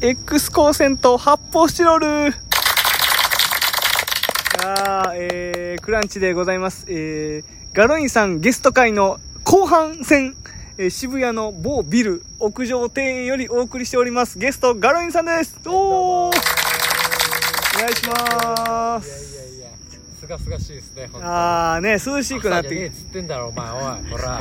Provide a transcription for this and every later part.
X 光線と発泡スチロールあー、えー、クランチでございます。えー、ガロインさんゲスト会の後半戦、えー渋谷の某ビル屋上庭園よりお送りしております。ゲスト、ガロインさんですおーお願いしまいやいす。やいや、すがすがしいですね、本当に。あーね、涼しくなって朝にねきつってんだろ、お前、おい、ほら。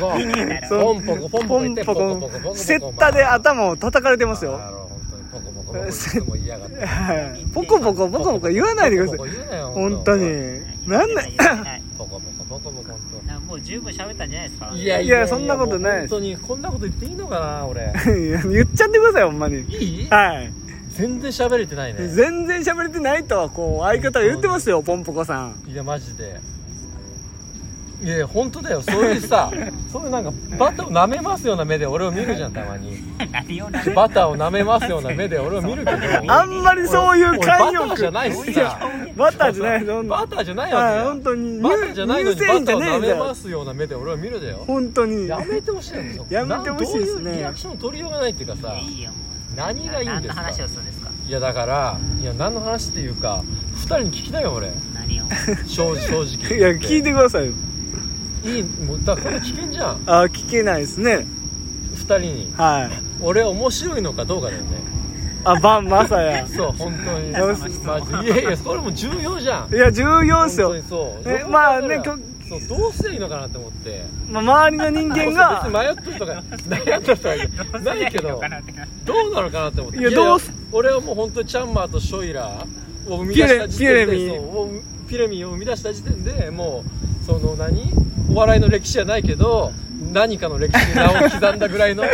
ポンポコ、ポンポコ、ポンポコ言って、ポコポコ、ポンポコ。セッタで頭を叩かれてますよ。あの本当にポコポコポコいつも言いやがって。はいポコポコポコポコ言わないでくださポコいポコ言うなよ本当。になんなポコポコポコポコ。本もう十分喋ったんじゃないですか当いいややいやそんなことないもう本当にこんなこと言っていいのかな、俺。いや 言っちゃってくださいほんまにいい？はい全然喋れてないね。全然喋れてないとはこう相方が言ってますよポンポコさんいやマジで。いやいや本当だよ。そういうさ、そういうなんかバターを舐めますような目で俺を見るじゃんたまに。何をなバターを舐めますような目で俺を見るけど あんまりそういう寛俺バター容じゃないしいさやバターじゃないそんなバターじゃないはいわ本け当にバターじゃないのに乳バ製品タじーゃねを舐えめだまよすような目で俺を見るだよ本当にやめてほしいんですよやめてほしいですねなんどういうリアクションの取りようがないっていうかさいいよも何うがいいん何でのすか話をするんですかいやだからいや何の話っていうか二人に聞きたいよ俺何を正直正直 いや聞いてくださいよいいもうだからこれ聞けんじゃんあ聞けないですね二人にはい俺面白いのかどうかだよねあバンマサヤそう本当にやめマジいやいやそれも重要じゃんいや重要っすよ本当にそうえそこまあだねからこそうどうすりゃいいのかなって思ってまあ周りの人間がそう別に迷っとるとか悩んだとかないけどどうなのかなって思っていやどうす俺はもう本当にチャンマーとショイラーを生み出した時点ピレミでそうピレミを生み出した時点でもうその何お笑いの歴史じゃないけど何かの歴史に名を刻んだぐらいの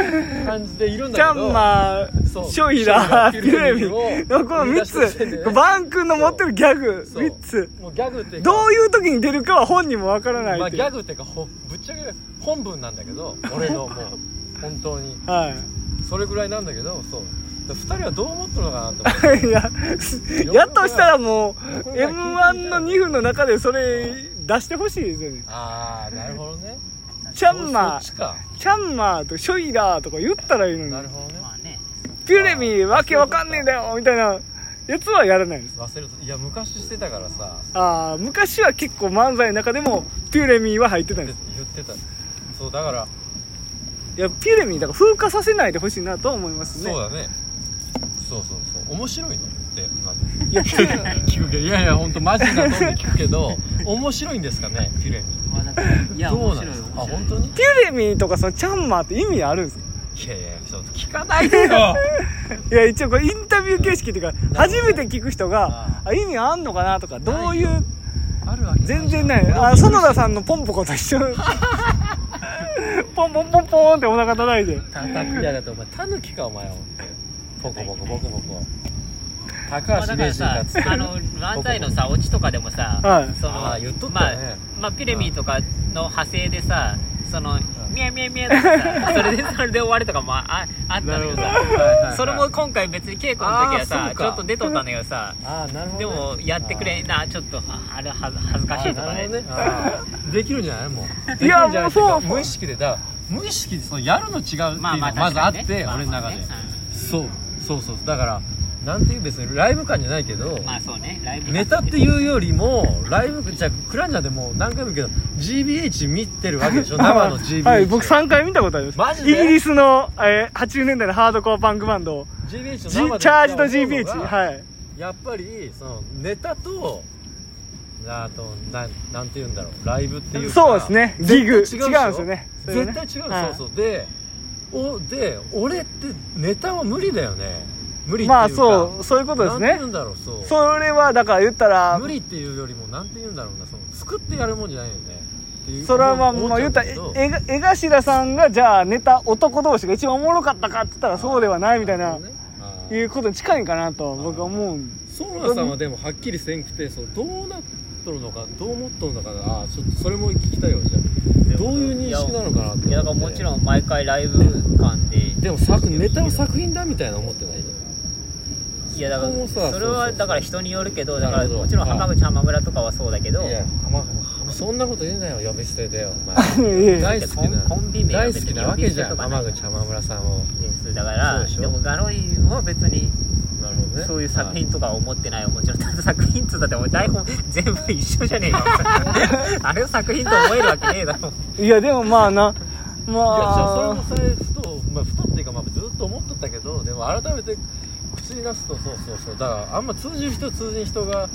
感じでいるんキだャけどンマそうー、ショイラー、ショピイラーレミピレミのこの3生み出してるつ、バン君の持ってるギャグ、そう3つ。もうギャグっていうかどういう時に出るかは本人もわからないまっあ、てギいう。ャグっていうかほぶっちゃけ本文なんだけど俺のもう本当にはそれぐらいなんだけどそうだから二人はどう思ってるのかなと思ってい。い や、やっとしたらもう、M1 の2分の中でそれ出してほしいですよね。ああなるほどねキャンマーそっち、かキャンマーとショイラーとか言ったらいいのなるに、ほどねまあねピレミわけわかんねえんだよみたいなやつはやらないです。忘れるといや昔してたからさああ、昔は結構漫才の中でも、ピュレミは入ってたんでです。言ってたそうだから、いや、ピュレミだから風化させないでほしいなとは思いますね。そうだねそうそうそう面白いのってまずいや、 聞くけどいやいや本当マジなのって聞くけど面白いんですかねフィレミまあなんかいやどう面なん白いです面かあ白い本当にピュレミとかそのチャンマーって意味あるんですかいやいやちょっと聞かないでよいや一応これインタビュー形式っていうかど初めて聞く人がああ意味あんのかなとかどういうあるわけ全然ないあ園田さんのポンポコと 一緒ポンポンポンポンってお腹叩いて叩きやがってお前タヌキかお前はポコポコボコボコ高まあ橋だか名ら人ださっつってあの漫才のさオチとかでもさはいそのあー言っとったまあよねまあピレミとかの派生でさそのミヤミヤミヤとかさそれでそれで終わりとかもあああったんだけなるどほどはいはいはさいそれも今回別に稽古の時はあーそさうかちょっと出とったんだけどさああなるほでどね、もやってくれなちょっとああれはず恥ずかしいとかねあーなるほどねあーできるんじゃないもいうやできるんじゃなもういっていそうか無意識でだ無意識でそのやるの違うっていうのまがあまあまずあって、確かにね俺の中で、まあまあねそうそうそうだからなんていう別にライブ感じゃないけど、うんまあそうねライブネタってういうよりもライブじゃあクランジャーでもう何回も言うけど GBH 見てるわけでしょ生の GBH はい僕3回見たことありますマジイギでリスの、えー80年代のハードコアパンクバンド GBH のジチ生でャージと見た GBH 方がはいやっぱりそのネタとあとなんなんて言うんだろうライブっていうかそうですねギグ違うんです絶対よねそれ絶ね対違う、はいそうそうでおで俺ってネタは無理だよね無理っていうかまあそうそういうことですなんてね言うんだろうそうそれはだから言ったら無理っていうよりもなんて言うんだろうなその作ってやるもんじゃないよねっていうそれはまあもう言ったら思ちゃんだけどええ江頭さんがじゃあネタ男同士が一番おもろかったかって言ったらそうではないみたいなるほどねあーいうことに近いんかなと僕は思うんソーラさんはでもはっきりせんくてそうどうなっとるのかどう思っとるのかなあーちょっとそれも聞きたいよじゃあどういう認識なのかなって思っていやだからもちろん毎回ライブ感ででも作ネタは作品だみたいな思ってないよいやだかそこもらさそれそうそうはそうだから人によるけどだなからるほどもちろん浜口浜村とかはそうだけどいや浜浜そんなこと言うなよ呼び捨てだよお前 いやいや大好きなコンビ名は大別好にきなわけじゃん呼び捨てとか天ない口浜村さんをですだからそうでしょでもガロインは別になるほどねそういう作品とかは思ってないよもちろんただ作品っつったってお前台本全部一緒じゃねえ かあれを作品と思えるわけねえだろいやでもまあな いやじゃあそれまもあそれふと、まあ、ふとっていうか、まあ、ずっと思っとったけどでも改めて口に出すとそうそうそうだからあんま通じる人通じる人が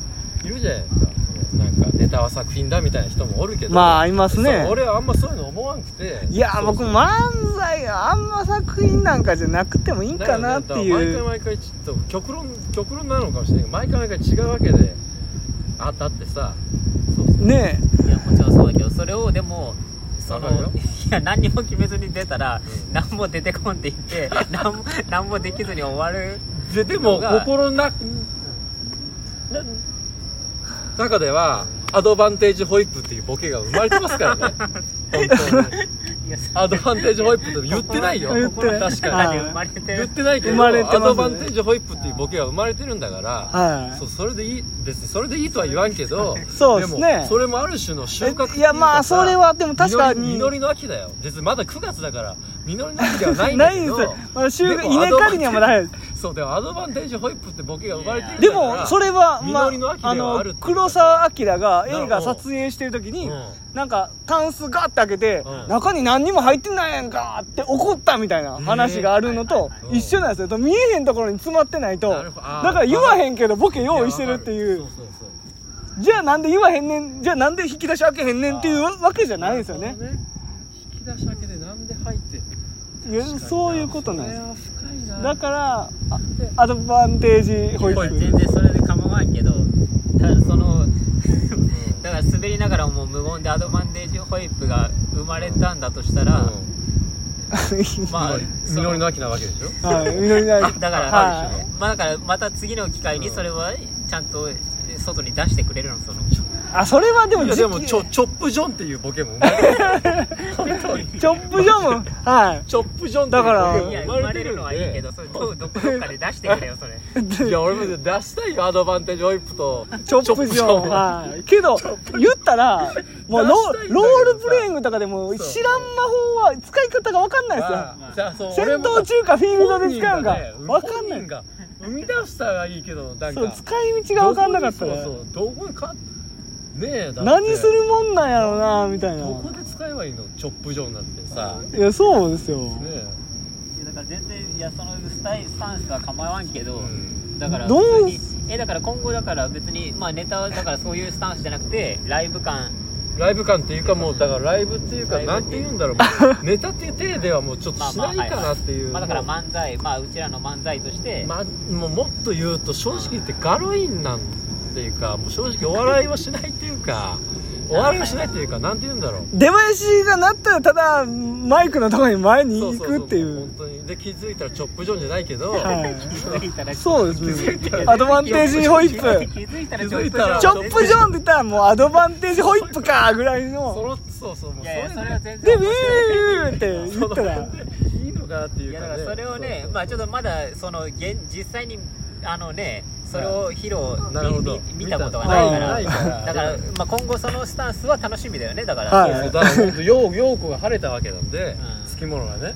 いるじゃないですかそのなんかネタは作品だみたいな人もおるけどまあいますねそう俺はあんまそういうの思わんくていやそう僕漫才あんま作品なんかじゃなくてもいいだからねなって毎い回う毎回ちょっと極論極論なのかもしれないけど毎回毎回違うわけであだってさそうそうねいやもちろんそうだけどそれをでもそわかるのよいや何にも決めずに出たら、うん何も出てこんでい って何も何もできずに終わるででもが心のなな中ではアドバンテージホイップっていうボケが生まれてますからね本当にいやそアドバンテージホイップって言ってないよ言ってない確のか中にで生まれて言っるてないけど生まれてますアねドバンテージホイップっていうボケが生まれてるんだから、はいそうそれでいい別にそれでいいとは言わんけどそうですねもそれもある種の収穫ってうかさいやまあそれはでも確かに実り実りの秋だよ別にまだ9月だから実りの秋ではないんだないけんでどすよまあ収で穫も稲刈りにはまだ早いですそうでもアドバンテージホイップってボケが生まれてるんだでからもそれはま実りの秋であはあのあるってこと黒澤明が映画撮影してる時にうんなんかタンスガッて開けてうん中に何にも入ってないやんかって怒ったみたいな話があるのとえー一緒なんですよ見えへんところに詰まってないとなだるほどあーから言わへんけどボケ用意してるっていうやわかるそうそうそうじゃあなんで言わへんねんじゃあなんで引き出し開けへんねんっていうわけじゃないんですよねなるほど引き出し開けでなんで入っていやそういうことなんですすそれは深いなだからあアドバンテージ保育 全然それで構わんけどただそのだから滑りながらも無言でアドバンテージホイップが生まれたんだとしたら、まあそ実のりの秋なわけでしょはい実りないだから、はいまあだからまた次の機会にそれはちゃんと外に出してくれるのそのあそれはでもいや時で期もチョチョップジョンっていうボケも生まれてる本 当にチョップジョンも はいチョップジョンっていうだからボいケやが生まれるのはいいけどそれどうどこどっかで出してくれよそれいや俺も出したいよアドバンテージホイップとチョップジョンはいけど言ったらもうロ出したいんだけどさロールプレイングとかでもそう知らん魔法は使い方が分かんないですよあじゃあそう戦俺も闘中かフィールドで使うんかわ分かんないが生み出したらいいけどなんかそう使い道が分かんなかったどねこにそうそうどこにかねえだって何するもんなんやろなみたいなどこで使えばいいのチョップジョンなんてさねいやそうですよえだから全然いやそのスタイルスタンスは構わんけど、うんだからどう普通にえだから今後だから別にまあネタはだからそういうスタンスじゃなくてライブ感ライブ感っていうかもうだからライブっていうかライブなんて言うんだろうもうネタっていう体ではもうちょっとまあしまあないかなっていう、まあだから漫才まあうちらの漫才として、まあもうもっと言うと正直言ってガロインなんていうかもう正直お笑いはしないっていうかお笑いはしないっていうかなんて言うんだろう出囃子が鳴ったらただマイクのとこに前に行くっていそうそそ本当にで気づいたらチョップジョンじゃないけど、は気づいたらいそうです気づ いたねらアドバンテージホイップ気づいたら気ちょっづいとたらチョップジョンって言ったらもうアドバンテージホイップかぐらいそのろそうそうもういやいやそれは全で然ウィ面ーって言そっうたらいいのかなっていいうやか、だね、からそれをねまあちょっとまだその現実際にあのねそれを披露、なるほどみみ見たことがないからないからだから、まあ、今後そのスタンスは楽しみだよねだから、はいそうだから本当ようようこが晴れたわけなんで、うん好きものがね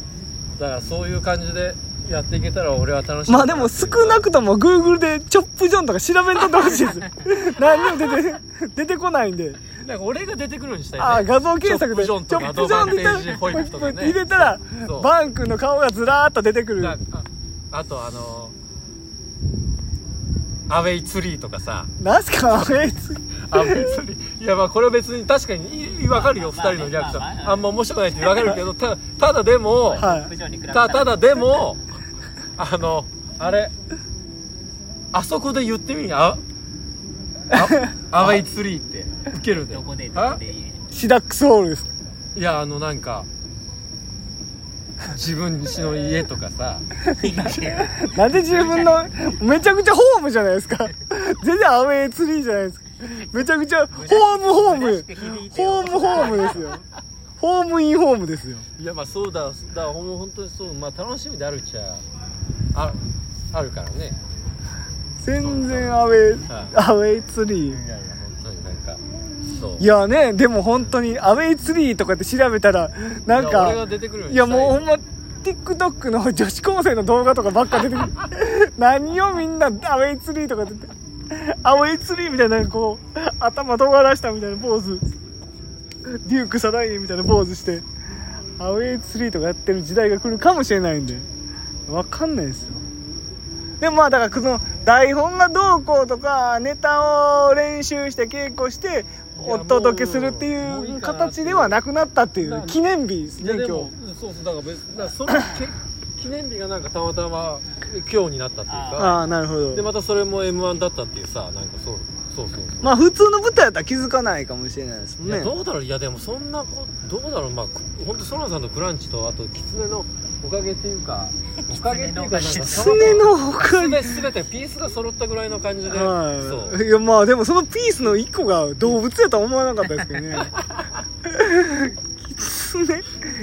だからそういう感じでやっていけたら俺は楽しいまあでも少なくとも Google でチョップジョンとか調べんとってほし いです何にも出て出てこないんでなんか俺が出てくるようにしたい、ね、ああ画像検索でチョップジョンとかアドバンテージホイップとかね入れたらそうバンクの顔がずらーっと出てくるだああとあのアウェイツリーとかさなんすかあれつアウェイツリーいやまあこれは別に確かにいいわかるよ、二まあまあ人のギャグまあまあさあんま面白くないってわかるけどたただでも、はい屋上に比べらたただでもあのあれあそこで言ってみにあ あアウェイツリーってウケるんだどよこでどあこでいいシダックスホールですいやあのなんか自分家の家とかさなんで自分のめちゃくちゃホームじゃないですか全然アウェーツリーじゃないですかめちゃくちゃホームホームホームホームですよホームインホームですよいやまあそうだだからほん本当にそうまあ楽しみであるっちゃああるからね全然アウェーはいアウェーツリいやいや本当になんかそういやね、でも本当に、アウェイツリーとかで調べたら、なんいや俺がか、出てくるよいうにしやたもうほんいま、TikTok の女子高生の動画とかばっか出てくる。 何をみんな、アウェイツリーとか出て、アウェイツリーみたいな、こう、頭尖らしたみたいなポーズ。デューク・サライエみたいなポーズして、アウェイツリーとかやってる時代が来るかもしれないんで、わかんないですよ。でもまあだからその台本がどうこうとかネタを練習して稽古していやお届けするってもうもういいいうかなってい形うではなくなったっていなう記念日ですやねで今もそうそうだから別だからそのけ記念日がなんかたまたま今日になったっていう日かああなるほでどまたそれも m 1だったっていうさなんかそうそうそうそうまあ普通の舞台だったら気づかないかもしれないですもいんやねどうだろういやでもそんなこどうだろうまあ本当ソラさんとクランチとあとキツネのおかげっていう かおかげっていうかなんかその狐のおかげすべてピースが揃ったぐらいの感じで、そはういいやまあでもそのピースの一個が動物やとは思わなかったですけどね キツネ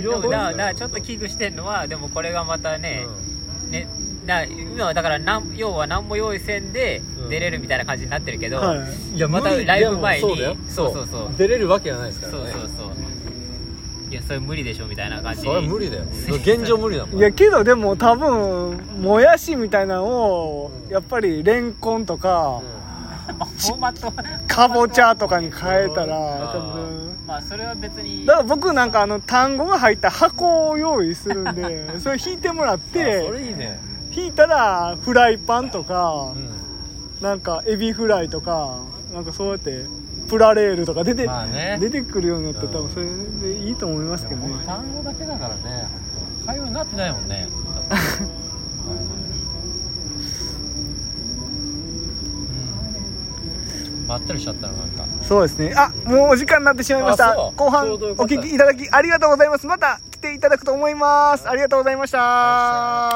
でもだからだからちょっと危惧してんのはでもこれがまたね、ねだ今はだからなん要は何も用意せんでうん出れるみたいな感じになってるけど、はいいやまたライブ前にそうだよそうそうそう出れるわけがないですそかうらそねうそういやそれ無理でしょみたいな感じそれは無理だよ現状無理だもんいやけどでも多分もやしみたいなのをやっぱりレンコンとかうフォーマットかぼちゃとかに変えたらあー多分 まあそれは別にだから僕なんかあの単語が入った箱を用意するんでそれ引いてもらっあそてれいいね引いたらフライパンとかうんなんかエビフライとかなんかそうやってプラレールとか出てまあね出てくるようになったら多うん分それでいいと思いますけどね単語だけだからね会話になってないもんねうんまったりしちゃったのなんかそうですね。あ、もうお時間になってしまいました。あそう後半ちょおうどよかった聞きいただきありがとうございます。また来ていただくと思います。ありがとうございました。